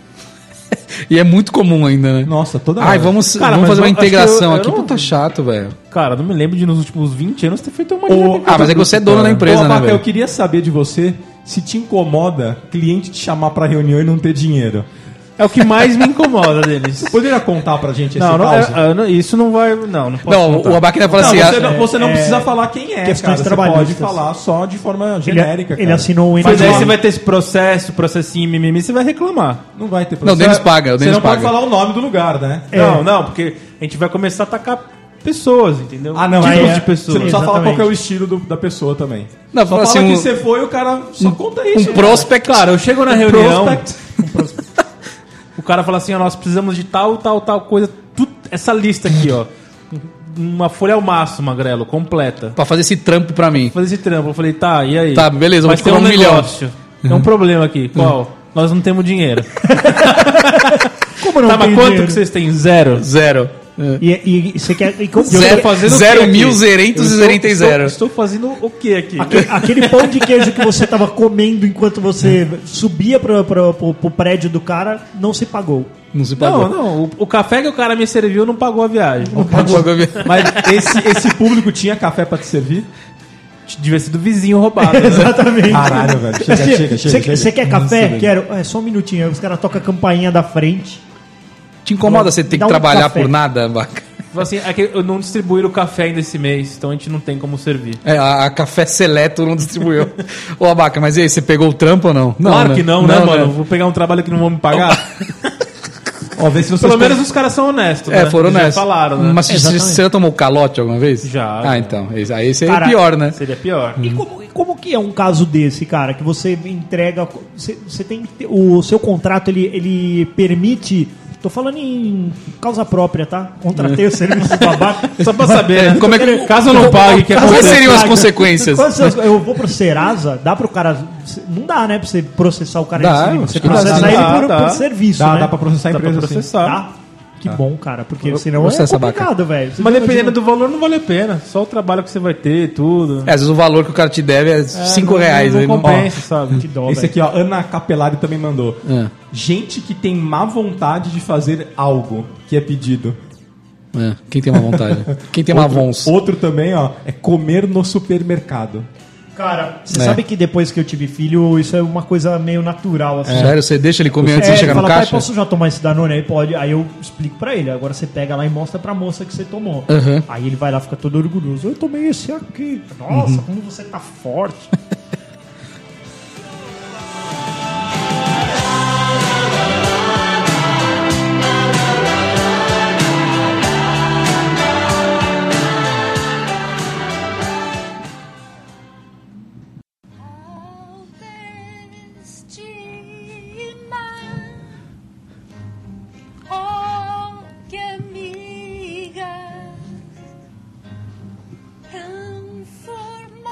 <laughs> E é muito comum ainda, né?
Nossa, toda
Ai,
hora.
vamos,
Cara,
vamos
mas
fazer uma
eu- acho que eu-
integração
eu
aqui.
não-
Puta chato, velho.
Cara, não me lembro de nos últimos 20 anos ter feito uma
Ou- Ah, mas é que você é dono da
Ô,
empresa, né,
Então, Abaca, eu
velho?
queria saber de você se te incomoda cliente te chamar pra reunião e não ter dinheiro.
É o que mais me incomoda
<laughs>
deles.
Você poderia contar pra gente esse
Não, não,
caos?
é- é, não, isso não vai. Não, não posso.
Não,
contar.
o Abaca vai falar
Não,
assim...
você
ah,
não, você não precisa falar quem é,
questões
cara. Você pode
trabalhistas.
falar só de forma
Ele, é-
genérica,
ele
cara.
assinou um o
Mas aí
NDA.
você vai ter esse processo, processinho, mimimi, você vai reclamar.
Não vai ter
Não, o Denis paga, o
Você
Denis
não pode
paga.
falar o nome do lugar, né?
É,
Não, não, porque a gente vai começar a atacar pessoas, entendeu?
Ah, não, aí
Tipos
é-
de pessoas.
Você não precisa falar
tipo
qual
Exatamente.
que é o estilo do- da pessoa também.
Não,
só
fala
fala
assim,
que
um-
você foi e o cara só conta isso.
Um
né?
prospect... um
Cara, eu chego na reunião,
um
um
Prospect.
o cara fala assim, ó, nós precisamos de tal, tal, tal coisa, tudo, essa lista
<laughs>
aqui, ó. Uma folha ao maço, magrelo, completa.
Pra fazer esse trampo pra mim.
Fazer esse trampo, eu falei, tá, e aí?
Tá, beleza,
vai
vou te
ter um
cobrar um milhão.
negócio. Tem um problema aqui, qual? Nós não temos <laughs> dinheiro.
Como não
tá, mas
tem
quanto
dinheiro?
que vocês têm? Zero.
Zero. É.
E, e, e você quer... e co-
Zero.
eu quero-
o
Zero
quê aqui?
mil, zerentos
Eu
e
estou-
zerentei
estou-
zero.
Estou fazendo o que
<laughs>
aqui?
Aquele, aquele pão de queijo que você tava comendo enquanto você subia pro, pro, pro- pro prédio do cara, não se
<laughs>
pagou.
Não se
<laughs> Não,
pagou.
não. O, o café que o cara me serviu não pagou a viagem.
Mas esse, esse público tinha café pra te servir?
Devia ser do vizinho
<laughs>
roubado. né?
Exatamente.
Caralho, velho. Chega,
Assim,
chega,
você-
chega, chega.
Você quer café?
Isso,
Quero. É, só um minutinho. Aí os caras tocam a campainha da frente.
Te incomoda você ter que
Dá um
trabalhar
café.
por nada, Abaca?
Falou assim, é que eu não distribuíram o café ainda esse mês, então a gente não tem como servir.
É, a, a Café Seleto não
<laughs>
distribuiu. Ô, Abaca, mas e aí, você pegou o trampo ou não?
claro
né?
que não, né, mano? Vou pegar um trabalho que não vão me pagar. <laughs>
Ó, vê se vocês
Pelo menos
con-
os caras são honestos,
É,
né?
foram
Já
nessas.
falaram, né?
Mas você- você já tomou calote alguma vez?
Já,
Ah,
já.
então. Esse- Aí seria
Cara,
pior, né?
Seria pior.
E como, e como que é um caso desse, cara? Que você entrega. Você, você tem que ter- o seu contrato ele, ele permite. Tô falando em causa própria, tá?
<laughs>
Contratei o serviço do babaca.
Só pra saber, né?
Como é
que...
que-
Caso eu não pague, que é
Quais
coisa-
seriam as
Cara,
consequências?
quais são as- eu vou pro Serasa, dá pro cara. Não dá, né? Pra você processar o cara
Dá,
em cima.
acho
Você
que dá,
processa
dá,
ele
dá,
por,
dá.
por serviço.
Dá,
né?
dá pra processar a
Dá pra
empresa, sim.
processar.
Dá? Que bom, cara, porque senão é
processa, Baca.
complicado, velho. Você
Mas
já
dependendo
imagina-
do valor, não vale a pena. Só o trabalho que você vai ter, tudo.
É, às vezes o valor que o cara te deve é 5
não-
reais.
Não,
aí não-
compensa, sabe?
<laughs>
Que dó,
Esse
velho.
aqui, ó, Ana Capelari também mandou.
É.
Gente que tem má vontade de fazer algo que é pedido.
É, quem tem uma vontade? Quem tem é uma vons?
Outro também, ó, é comer no supermercado.
Cara, você
É.
sabe que depois que eu tive filho, isso é uma coisa meio natural, assim.
É. Sério, você deixa ele comer antes
É,
de chegar
ele
no
fala,
caixa?
Pai, posso já tomar esse Danone? Aí pode. Aí eu explico pra ele. Agora você pega lá e mostra pra moça que você tomou.
Uhum.
Aí ele vai lá, fica todo orgulhoso. Eu tomei esse aqui. Nossa,
Uhum.
como você tá forte.
Oh, que amiga tão formosa.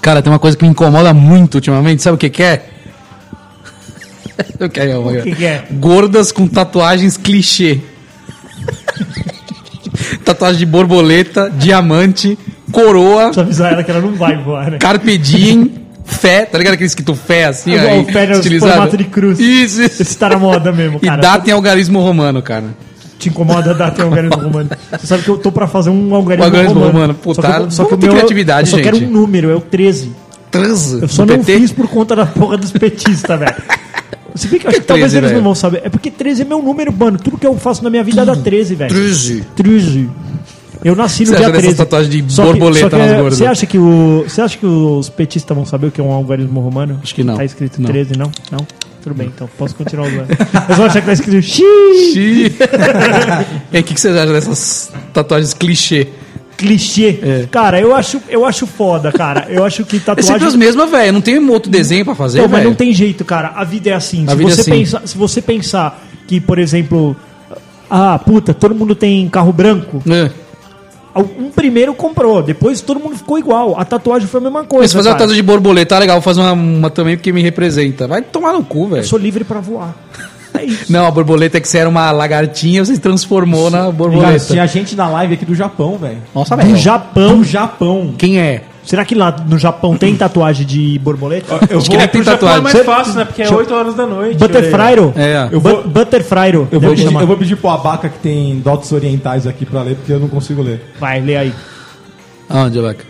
Cara, tem uma coisa que me incomoda muito ultimamente, sabe o que que é? <laughs> Eu quero, o
que que é?
Gordas com tatuagens clichê. <laughs> Tatuagem de borboleta, diamante, coroa,
Precisa avisar ela que ela não vai voar, né?
carpe diem, fé, tá ligado aquele escrito fé assim,
Igual
aí,
o pé no
estilizado?
formato de cruz.
Isso, isso.
Esse tá na moda mesmo,
E
cara.
data em algarismo romano, cara.
Te incomoda dar até algarismo romano. Você sabe que eu tô pra fazer um algarismo,
Um algarismo
romano.
romano. Pô,
Só
tá-
que, eu- só que
vamos
o
ter
meu,
criatividade,
eu só quero
gente.
um número, é o 13.
Transa.
Eu só
do
não fiz por conta da porra dos petistas, velho. Se bem que eu acho que
Que
talvez
13,
eles
velho?
não vão saber. É porque 13 é meu número, mano. Tudo que eu faço na minha vida dá 13, velho.
13.
13. Eu nasci no
Você
dia
acha dessas
13.
tatuagens de
Só que-
borboleta
só que
nas
é-
gordas?
Você acha que o, você acha que os petistas vão saber o que é um algarismo romano?
Acho que não.
Tá escrito
Não.
13, não? Não. Tudo bem, então posso continuar usando. Eles vão achar que tá escrito X. <laughs>
E aí, o que, que vocês acham dessas tatuagens clichê?
clichê. Cara, eu acho, eu acho foda, cara. Eu acho que
É
tatuagem.
sempre as mesmas, velho. Não tem um outro desenho pra fazer,
Pô, mas
velho.
não tem jeito, cara. A vida é assim.
A
se,
vida é
você
assim.
Pensar, se você pensar que, por exemplo, ah, puta, todo mundo tem carro branco,
É.
um primeiro comprou, depois todo mundo ficou igual. A tatuagem foi a mesma coisa.
Mas fazer uma
cara.
tatuagem de borboleta, tá legal, vou fazer uma, uma também porque me representa. Vai tomar no cu,
Eu
velho.
sou livre pra voar. É isso.
Não, a borboleta é que você era uma lagartinha, você se transformou na
Cara,
borboleta.
tinha gente na live aqui do Japão, velho.
Nossa,
No
velho.
Japão.
Do Japão.
Quem é?
Será que lá no Japão tem tatuagem de borboleta?
Eu
Acho que
vou,
ele tem
Japão é
tatuagem.
mais fácil, né? Porque é 8 horas da noite.
Butterfryro?
É.
Eu vou-
Bu- Butterfryro.
eu vou
Deve
pedir,
chamar.
eu vou pedir pro Abaca que tem dotes orientais aqui pra ler, porque eu não consigo ler.
Vai, lê aí.
Aonde, Laca?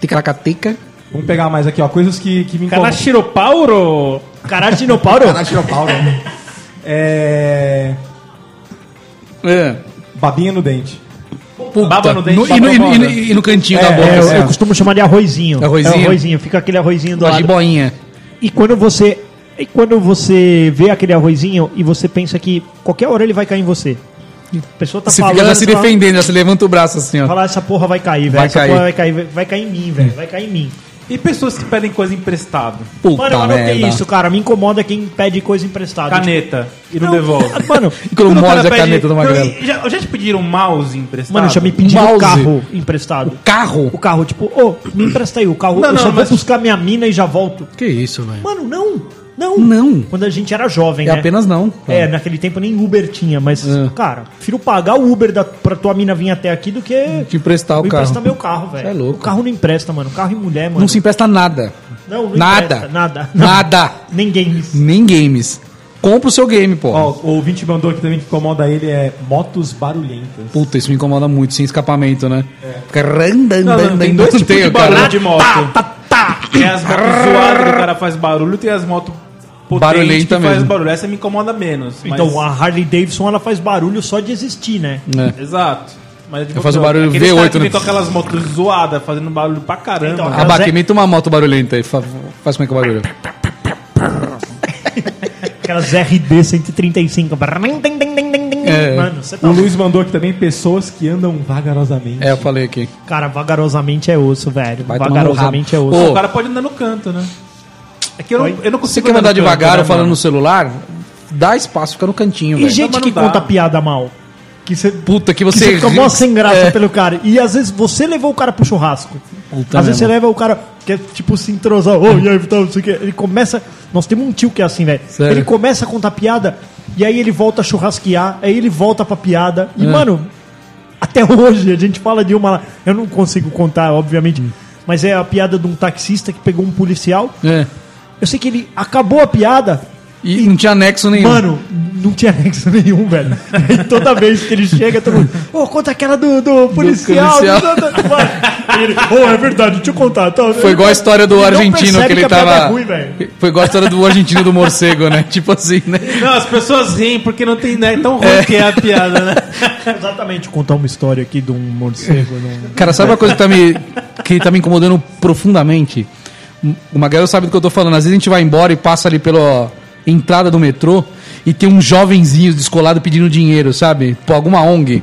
Ticaracateca.
Vamos pegar mais aqui, ó. Coisas que, que me incomodam.
Kanashiropauro!
Karate no Pauro?
Canachopau, né? É.
É.
Babinha no dente.
Puta.
Baba no dente,
No- e, no, e no- e no- e no cantinho da boca.
É, eu,
assim,
eu costumo chamar de arrozinho.
Arrozinho?
É, arrozinho. Fica aquele arrozinho do
uma
lado.
jiboinha.
E quando você e quando você vê aquele arrozinho e você pensa que qualquer hora ele vai cair em você. A pessoa tá
Você
falando,
fica lá se
fala-
defendendo, você levanta o braço assim, ó.
Fala, essa porra vai cair, velho.
Vai
Essa
cair.
porra vai cair, vai- vai cair em mim, velho. Vai cair em mim.
E pessoas que pedem coisa emprestada?
Puta
Mano, eu anotei
merda.
é isso, cara. Me incomoda quem pede coisa emprestada.
Caneta. E tipo, não, devolve.
Tipo, mano,
E quando
<laughs> Quando o cara
morde a
pede-
caneta do magrelo.
Não, Já, já te pediram mouse emprestado?
mano, já me pediram
Mouse.
carro emprestado.
Carro?
O carro, tipo, ô, me empresta aí o carro.
Não,
eu
não,
só vou
mas-
buscar minha mina e já volto.
Que isso, velho.
Mano, não. Não.
Não.
Quando a gente era jovem,
É
né?
apenas É. não.
É, naquele tempo nem Uber tinha, mas, cara, prefiro pagar o Uber da, pra tua mina vir até aqui do que.
Te emprestar o
eu
carro.
emprestar meu carro, velho.
Cê é louco.
O carro não empresta, mano. Carro e mulher, mano.
Não se empresta nada.
Não, não
nada.
empresta, nada.
<laughs> Nada.
Nem games.
Nem games. Compra o seu game, pô.
Ó, o ouvinte mandou aqui também que incomoda ele é motos barulhentas.
Puta, isso me incomoda muito, sem escapamento, né? Fica randan,
Não, não,
dan,
tem
dan,
dois
dan,
tipos
dan, cara.
de
Tá,
barulho de moto. <laughs> Tem as motos zoadas que o cara faz barulho, tem as motos potentes que
Barulhenta
faz
mesmo.
barulho. Essa me incomoda menos. mas-
Então, a Harley Davidson, ela faz barulho só de existir, né?
É.
Exato. Mas tipo,
faço
meu,
barulho
aqueles caras
V8,
que
né?
vem com aquelas motos zoadas, fazendo barulho pra caramba.
Então,
Ah, Abaca, imita uma moto barulhenta aí. fa- Faz como é que é o barulho.
Aquelas RD 135.
É.
Mano, você tá.
O Luiz mandou aqui também pessoas que andam vagarosamente.
É, eu falei aqui.
Cara, vagarosamente é osso, velho.
Vai tomar no
vagarosamente é
rabo.
osso.
Ô,
o cara pode andar no canto, né? É que eu não, eu não
Você
consigo
quer andar
no canto,
devagar
né,
ou falando
mano?
no celular? Dá espaço, fica no cantinho,
E
velho.
gente
mas
que
não dá.
conta piada mal. Que você
Puta, que
Que
você.
você fica mó sem graça
É.
pelo cara. E às vezes você levou o cara pro churrasco.
Puta
às vezes
mesmo.
você leva o cara que é tipo se entrosar. Ô, e aí, tal, não sei o quê. Ele começa. Nós temos um tio que é assim, velho.
Sério?
Ele começa a contar piada, e aí ele volta a churrasquear, aí ele volta pra piada.
É.
E, mano, até <laughs> hoje a gente fala de uma lá. Eu não consigo contar, obviamente. Mas é a piada de um taxista que pegou um policial.
É.
Eu sei que ele acabou a piada,
E não tinha anexo nenhum.
Mano, não tinha nexo nenhum, velho. <laughs> E toda vez que ele chega, todo mundo. Ô, conta aquela do, do policial.
policial.
do- do- do- mano." E ele, Ô, é verdade, deixa eu contar. tá?"
Foi igual a história do
Ele não
argentino
percebe
que ele
a piada
tava.
é ruim, velho.
Foi igual a história do argentino do morcego, né? <laughs> Tipo assim, né?
Não, as pessoas riem porque não tem, né?
<laughs>
É tão ruim que é a piada, né?
Exatamente, contar uma história aqui de um morcego. de um-
Cara, sabe uma coisa que tá me, que tá me incomodando profundamente? O Magalhães sabe do que eu tô falando. Às vezes a gente vai embora e passa ali pela entrada do metrô e tem um jovenzinho descolado pedindo dinheiro, sabe? Por alguma ONG.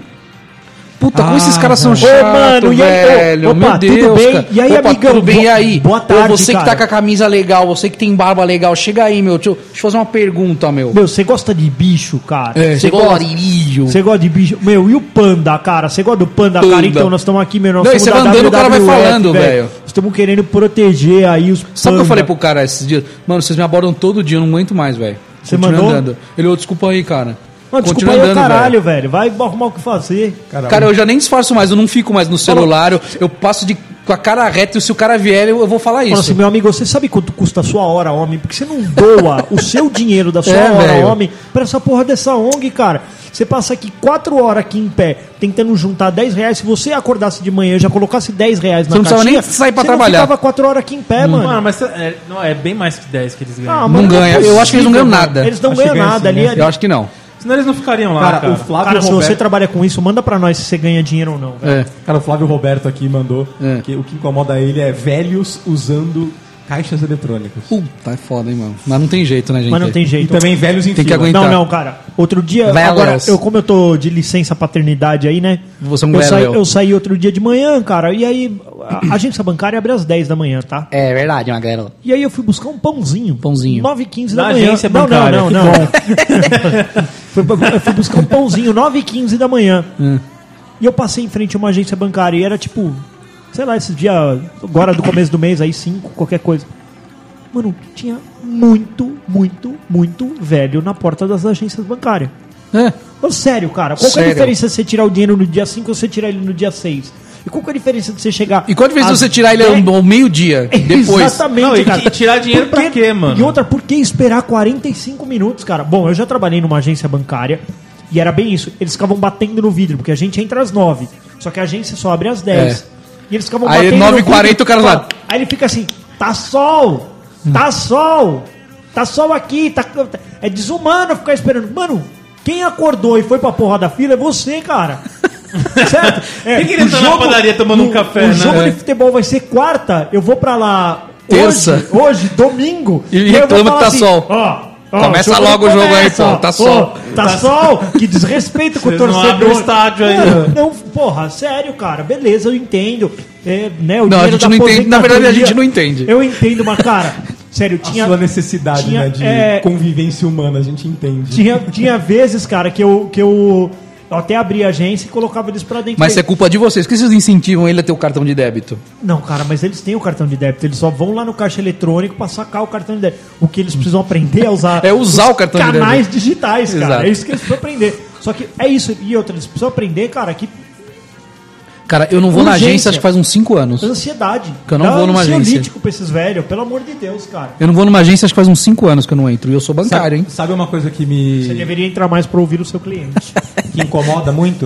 Puta, como esses caras são
Ah, velho. Ô,
chatos,
mano, e aí, ô,
velho.
opa,
Meu
tudo
Deus,
bem?
cara.
E aí,
Opa,
amigão,
tudo bem?
bo-
E aí?
boa
Ô,
tarde,
você que tá
cara.
com a camisa legal, você que tem barba legal, chega aí, meu. Deixa eu, deixa eu fazer uma pergunta, meu.
Meu, você gosta de bicho, cara?
É, você gosta de milho?
Você gosta de bicho? Meu, e o panda, cara? Você gosta do panda, cara?
Panda.
Então, nós estamos aqui, meu. Nós
Não, e
somos
você
da
vai andando, o cara vai
WWF,
falando, velho.
Estamos querendo proteger aí os
Sabe o que eu
panda.
falei pro cara esses dias? Mano, vocês me abordam todo dia, eu não aguento mais, velho.
Você
Continua
mandou?
Ele, ô, desculpa aí, cara.
Mano, desculpa
Continua
aí, o
andando,
caralho, velho. Vai arrumar o que fazer.
Cara, Cara, eu já nem disfarço mais, eu não fico mais no celular, eu, eu passo de, com a cara reta e se o cara vier, eu, eu vou falar
Fala assim,
isso.
meu amigo, você sabe quanto custa a sua hora, homem? Porque você não doa o seu dinheiro
<laughs>
da sua
É,
hora,
velho.
homem, pra essa porra dessa ONG, cara. Você passa aqui quatro horas aqui em pé, tentando juntar 10 reais. Se você acordasse de manhã e já colocasse 10 reais na
Você não precisava
caixinha,
nem sair pra
você
trabalhar.
Não ficava quatro horas aqui em pé, mano.
Mano, mas é, não, é bem mais que 10 que eles ganham.
mas
Não ganha.
é
Eu acho que eles
possível,
não ganham
mano.
nada.
Eles não
Acho que
ganham
ganha
nada
sim,
ali.
né?
ali-
É, Eu acho que não.
Senão eles não ficariam lá,
Cara,
cara.
o Flávio
Cara, se você
Roberto...
trabalha com isso, manda pra nós se você ganha dinheiro ou não. velho.
É.
Cara, o Flávio Roberto aqui mandou
É.
que o que incomoda ele é velhos usando caixas eletrônicas.
Puta, é foda, hein, mano. Mas não tem jeito, né, gente?
Mas não tem
É, E
jeito.
também velhos em
Tem que
fila.
aguentar.
Não,
Então.
não, cara. Outro dia,
Velas.
agora, eu, como eu tô de licença paternidade aí, né?
Você é um
eu, saí,
veléu.
eu saí outro dia de manhã, cara, e aí a a agência bancária abre às 10 da manhã, tá?
É verdade, Magrela.
E aí eu fui buscar um pãozinho.
Pãozinho.
9 h 15 da
Na
manhã.
agência
Não,
bancária,
Não, não, não. <laughs> Fui bu- eu fui buscar um pãozinho, 9 h 15 da manhã.
Hum.
E eu passei em frente a uma agência bancária e era tipo, sei lá, esse dia, agora do começo do mês, aí 5, qualquer coisa. Mano, tinha muito, muito, muito velho na porta das agências bancárias.
É.
Ô, sério, cara, qual que é a
Sério.
diferença de você tirar o dinheiro no dia 5 ou você tirar ele no dia 6? E qual que é a diferença de você chegar.
E quando vez
às
você tirar ele é um ao,
dez-
ao meio-dia,
<laughs>
depois.
É, Exatamente,
Não, e-
cara.
e tirar dinheiro
Por
pra quê, mano?
E outra, por que esperar 45 minutos, cara? Bom, eu já trabalhei numa agência bancária e era bem isso. Eles ficavam batendo no vidro, porque a gente entra às 9, só que a agência só abre às 10. E eles ficavam
É. Aí,
batendo
9h40
vidro,
o cara lá. Hum.
fala- Aí ele fica assim, tá sol, tá sol, tá sol aqui, tá... É desumano ficar esperando. Mano, quem acordou e foi pra porra da fila é você,
<laughs>
cara. certo? É,
Quem queria
o
estar na padaria tomando um
o-
café,
o
né?
jogo
É.
de futebol vai ser quarta, eu vou pra lá
Terça.
Hoje, hoje domingo.
E
aí eu vou
reclama
falar assim,
que tá sol.
Ó, ó,
Começa logo
não
o jogo aí,
começa,
pô, tá
ó,
sol.
tá
<laughs>
sol. Que desrespeito com o
Vocês não
torcedor.
abrem o estádio aí.
Mano, Não, porra, sério, cara. Beleza, eu entendo. É, né, o
Não, a
dinheiro
gente
da
não entende, na verdade, a
aposentadoria-
gente não entende.
Eu entendo, mas,
<laughs>
cara, sério, tinha...
A sua necessidade
tinha,
né, de
é,
convivência humana, a gente entende.
tinha, tinha vezes, cara, que eu... Que eu eu até abri a agência e colocava eles pra dentro.
Mas isso
Falei,
é culpa de vocês. Por que vocês incentivam ele a ter o cartão de débito?
Não, cara, mas eles têm o cartão de débito. Eles só vão lá no caixa eletrônico pra sacar o cartão de débito. O que eles precisam aprender é usar.
<laughs> É usar
os
o cartão de débito.
canais digitais, cara.
Exato.
É isso que eles precisam aprender. Só que é isso. E outra, eles precisam aprender, cara, que
Cara, eu não vou na
Urgência.
agência acho que faz uns 5 anos.
ansiedade.
Que eu não vou numa agência.
ansiolítico pra esses velhos, pelo amor de Deus, cara.
Eu não vou numa agência acho que faz uns 5 anos que eu não entro. E eu sou
um
Sabe,
bancário, hein?
sabe uma coisa que me
Você deveria entrar mais pra ouvir o seu
<laughs>
cliente.
que incomoda muito?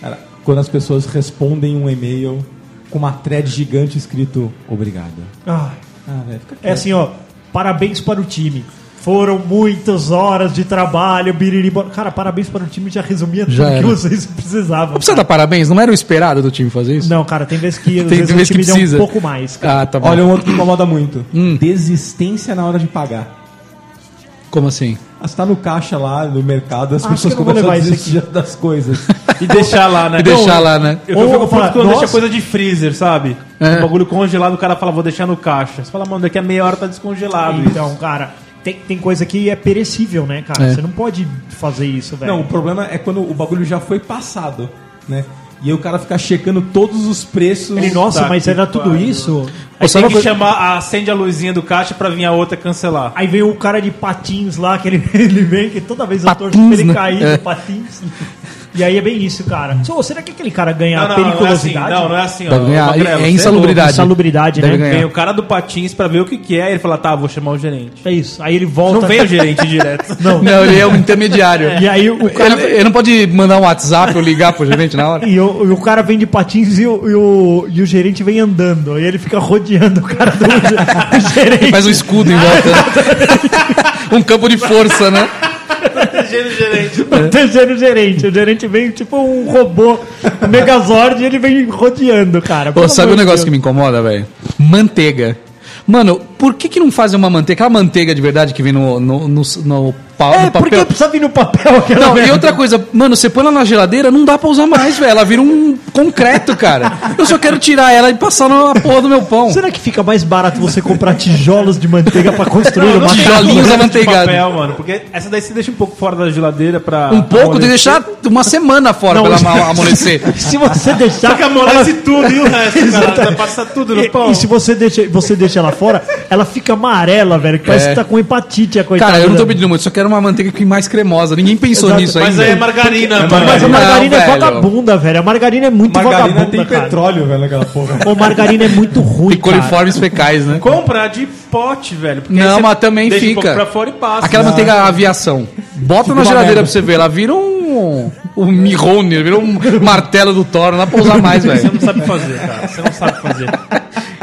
Cara, quando as pessoas respondem um e-mail com uma thread gigante escrito obrigado.
Ai,
Ah, velho, fica
é assim, ó. Parabéns para o time. Foram muitas horas de trabalho, biriri. bo- Cara, parabéns para o time. Já resumia tudo
Já
que
era.
vocês precisavam.
Não precisa dar parabéns, não era o esperado do time fazer isso?
Não, cara, tem vezes
<laughs>
que às
Tem
vezes
vez
o
que
time deu
precisa.
um pouco mais, cara.
Ah, tá bom.
Olha um outro que incomoda muito.
Hum.
Desistência na hora de pagar.
Como assim?
Ah, Você tá no caixa lá, no mercado, as
Acho
pessoas
que eu não vou
começam a
levar isso
desistir das
<laughs>
coisas.
E deixar lá, né?
E deixar lá, né?
Eu, eu
Ou
fico
falar,
puto quando deixa
"Nossa."
coisa de freezer, sabe?
É.
O bagulho congelado, o cara fala, vou deixar no caixa. Você fala, mano, daqui a meia hora tá descongelado.
Então, cara, tem, tem coisa que é perecível, né, cara?
É.
Você não pode fazer isso, velho.
Não, o problema é quando o bagulho já foi passado, né? E aí o cara fica checando todos os preços.
Ele, nossa,
Puta
mas
que
era tudo
pariu.
isso?
Aí
Pô, sabe
tem
uma
que
coisa-
chamar, acende a luzinha do caixa pra vir a outra cancelar.
Aí veio o cara de patins lá, que ele, <laughs> ele vem, que toda vez eu torço
Patins,
pra ele
né?
cair
É.
no patins. E aí é bem isso, cara. Sô, será que aquele cara
Ah,
ganha
Não, não, não é assim,
periculosidade?
não, não é assim, ó.
Deve ganhar.
Magrelo,
É
você
insalubridade.
Insalubridade,
Deve
né?
ganhar.
louco. Vem o cara do Patins pra ver o que que é, ele fala, tá, vou chamar o gerente.
É isso. Aí ele volta.
Não vem
<laughs>
<laughs>
o gerente direto. <laughs>
Não.
Não, ele é
<laughs>
o intermediário.
E aí o cara.
Ele, ele não pode mandar um WhatsApp ou ligar pro gerente na hora?
E o, e o cara vem de patins e o, e o, e o gerente vem andando. E ele fica rodeando o cara do ge-
<laughs>
gerente.
Faz um escudo em volta.
<laughs>
né? um campo de força, né?
protegendo o gerente. O gerente vem tipo um robô um megazord e ele vem rodeando, cara.
um Pô, sabe um negócio que me incomoda, velho? Manteiga. Mano, por que, que não fazem uma manteiga? Aquela manteiga de verdade que vem no, no, no, no pa-
É,
no papel.
porque precisa vir no papel né? aquela
Não, e
merda.
outra coisa, mano, você põe ela na geladeira, não dá pra usar mais, velho. Ela vira um concreto, cara. Eu só quero tirar ela e passar na porra do meu pão.
Será que fica mais barato você comprar tijolos de manteiga pra construir uma
Tijolinhos amanteigados.
papel, mano. Porque essa daí você deixa um pouco fora da geladeira pra.
Um pouco tem que
amolecer.
deixar uma semana fora
Ah, Não,
pra
isso-
ela
<laughs>
ama- amolecer.
Se você deixar.
que amolece tudo e
<laughs>
o resto, cara. Passa tudo
É,
no pão.
E, e se você deixa, você deixa ela fora, ela fica amarela, velho. Que parece
É.
que tá com hepatite a coitada.
Cara, eu não tô
dela.
pedindo muito, só quero uma manteiga que fique mais cremosa. Ninguém pensou
Exato,
nisso
Mas
ainda.
aí é margarina, mano.
Mas a
Não,
margarina é
velho.
vagabunda, velho. A margarina é muito
Margarina
vagabunda.
tem
cara.
petróleo, velho, aquela porra. <laughs>
Pô, margarina é muito ruim.
E
Cara.
coliformes fecais, né?
Compra de pote, velho. porque aí
Não,
você
mas também
deixa Um
fica.
pouco pra fora e passa. né?
Aquela manteiga aviação.
Tipo
Bota na geladeira pra você ver. Ela vira um. Um Mihone, vira um martelo do Thor. Não dá pra usar mais,
Você
velho.
não sabe fazer, cara. Você não sabe fazer.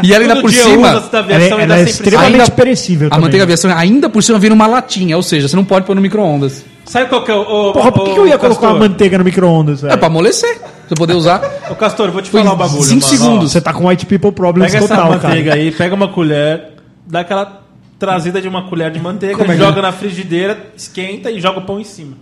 E ela ainda por cima.
usa da
Ela, é-
aviação e
ela é
dá sempre certo.
extremamente
Ainda-
perecível.
A
também.
manteiga aviação ainda por cima vira uma latinha, ou seja, você não pode pôr no micro-ondas.
Sabe qual que é o. o-
Porra, por que, que eu ia
o
colocar
Castor?
uma manteiga no micro-ondas,
É
velho?
pra amolecer. pra Você poder usar.
Ô, Castor, vou te
Foi
falar um bagulho.
cinco
mano, ó.
segundos.
Você tá com white people problems
Pega essa
total,
manteiga
cara.
aí, pega uma colher, dá aquela trazida de uma colher de manteiga,
Como é que
joga
é?
na frigideira, esquenta e joga o pão em cima.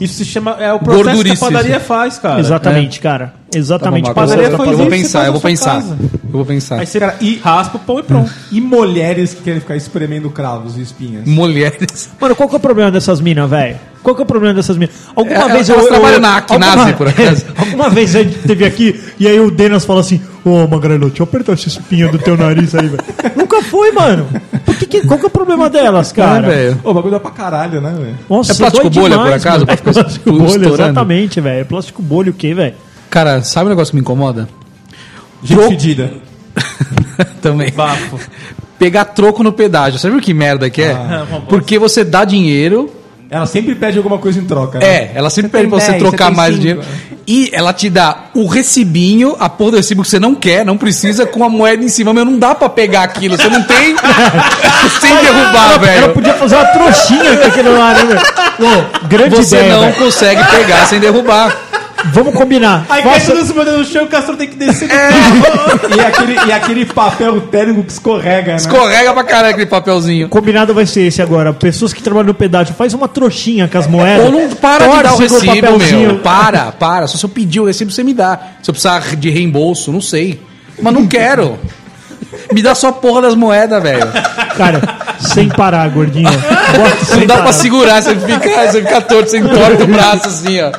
Isso se chama. É o processo que a
Gordurice,
padaria faz, cara.
Exatamente, cara. Exatamente.
Tá bom, Marco,
padaria
eu vou-
faz
eu vou
isso,
pensar,
você
eu vou
faz na
pensar.
sua
Eu vou pensar.
Aí você e raspa o pão
<laughs>
e pronto.
E mulheres que querem ficar espremendo cravos e
Hum.
espinhas.
Mulheres. <laughs>
Mano, qual que é o problema dessas minas, velho? Qual que é o problema dessas minas? Alguma
Ela-
vez
elas
eu, eu,
trabalham
eu-
na Acnase,
alguma- <laughs>
por acaso.
alguma vez a gente teve aqui e aí o Denas falou assim: Ô, Magrelo, deixa eu apertar essa espinha do teu nariz aí, velho. Nunca foi, mano. Por que que- qual que é o problema delas, cara?
É, velho.
Ô, o bagulho dá pra caralho, né, velho?
Nossa,
É plástico
dói
bolha, por acaso,
mano.
pra
É
ficar
<laughs> plástico
estu-
bolha,
estourando?
exatamente, velho. É plástico bolha o quê, velho?
Cara, sabe um negócio que me incomoda? <laughs>
Gente
Pro-
fedida.
Também. Pegar troco no pedágio. Sabe o que merda que é? Porque você dá dinheiro.
Ela sempre pede alguma coisa em troca. né?
É, ela sempre pede pra você
dez,
trocar
você tem
mais
cinco.
dinheiro. E ela te dá o recibinho, a porra do recibo que você não quer, não precisa, com a moeda em cima. Mas não dá pra pegar aquilo. Você não tem. sem derrubar,
Ela
velho.
podia fazer uma trouxinha com
<laughs>
aquele lá, né, velho? Ô, grande
Você
ideia,
não
velho.
consegue pegar sem derrubar.
Vamos combinar.
Aí
Faça-
cai tudo em cima do chão, o Castor tem que descer do
E aquele, e aquele papel térmico que escorrega, né?
Escorrega pra caralho aquele papelzinho.
Combinado vai ser esse agora. Pessoas que trabalham no pedágio, faz uma trouxinha com as moedas.
Ou <laughs> não para
torce
de dar o
com
recibo,
papelzinho.
meu. Para, para. Só se eu pedir o recibo, você me dá. Se eu precisar de reembolso, não sei. Mas não quero. Me dá só a porra das moedas, velho.
Cara, sem parar, gordinho. Bota
Não
sem
dá
parar.
pra segurar, você fica, você fica torto, você entorta o braço assim, ó.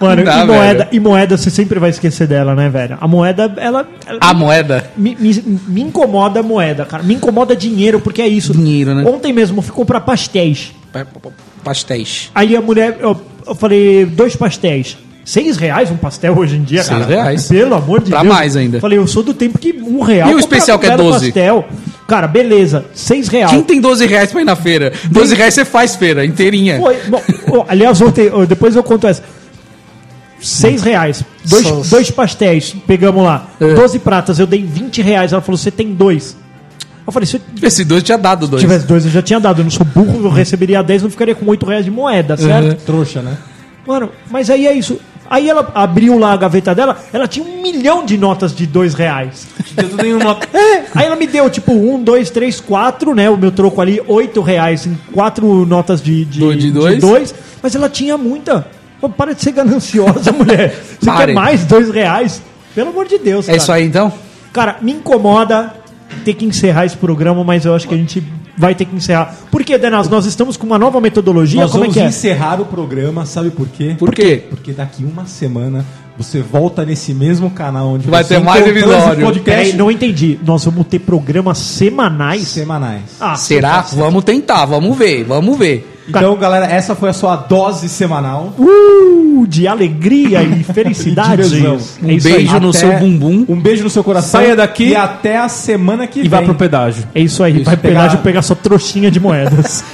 Mano,
Não dá,
e, moeda,
velho.
e moeda, você sempre vai esquecer dela, né, velho? A moeda, ela. ela-
A moeda.
Me, me- me incomoda a moeda, cara. Me incomoda dinheiro, porque é isso.
Dinheiro, né?
Ontem mesmo fui comprar pastéis.
Pa- pa- pa- Pastéis.
Aí a mulher, eu, eu falei, dois pastéis. Seis reais um pastel hoje em dia,
Seis
cara.
reais.
Pelo amor de
Pra
Deus.
mais ainda.
Falei, eu sou do tempo que um real.
E
comprava
o especial
um
que é
belo
12?
Pastel. Cara, beleza. Seis reais.
Quem tem 12 reais pra ir na feira? 12 reais você faz feira, inteirinha.
Foi, bom, ó, aliás, ontem, ó, depois eu conto essa. Seis reais. Dois,
Só-
dois pastéis, pegamos lá.
É.
Doze pratas, eu dei 20 reais. Ela falou, você tem dois. Eu falei, se eu
Esse dois tinha dado dois.
tivesse dois, eu já tinha dado. Eu não sou burro, eu receberia 10, não ficaria com 8 reais de moeda,
Uhum.
certo?
Trouxa, né?
Mano, mas aí é isso. Aí ela abriu lá a gaveta dela, ela tinha um milhão de notas de dois reais.
tudo em uma.
É, aí ela me deu tipo um, dois, três, quatro, né? O meu troco ali, oito reais em quatro notas de, de,
Do- de dois?
Mas ela tinha muita. Pô, para de ser gananciosa, <laughs> mulher. Você
Pare.
quer mais dois reais? Pelo amor de Deus,
É isso aí então?
Cara, me incomoda ter que encerrar esse programa, mas eu acho que a gente vai ter que encerrar. Porque, Denas, nós estamos com uma nova metodologia.
Nós
Como é
vamos
que é?
encerrar o programa, sabe por quê?
Por quê?
Porque daqui uma semana você volta nesse mesmo canal onde
Vai
você
ter mais
encontrou esse
episódio.
Peraí,
podcast
não entendi. Nós vamos ter programas semanais?
semanais.
Ah,
Será? Vamos tentar, vamos ver, vamos ver.
Então, galera, essa foi a sua dose semanal.
Uh, de
<laughs>
alegria e felicidade.
De ilusão.
É
Um
isso aí.
beijo no
Até-
seu bumbum.
Um beijo no seu coração.
Saia daqui
e até a semana que
E
vem.
vai pro pedágio.
É isso aí, vai pegar
pegar-
<laughs>
de pegar só trouxinha de moedas.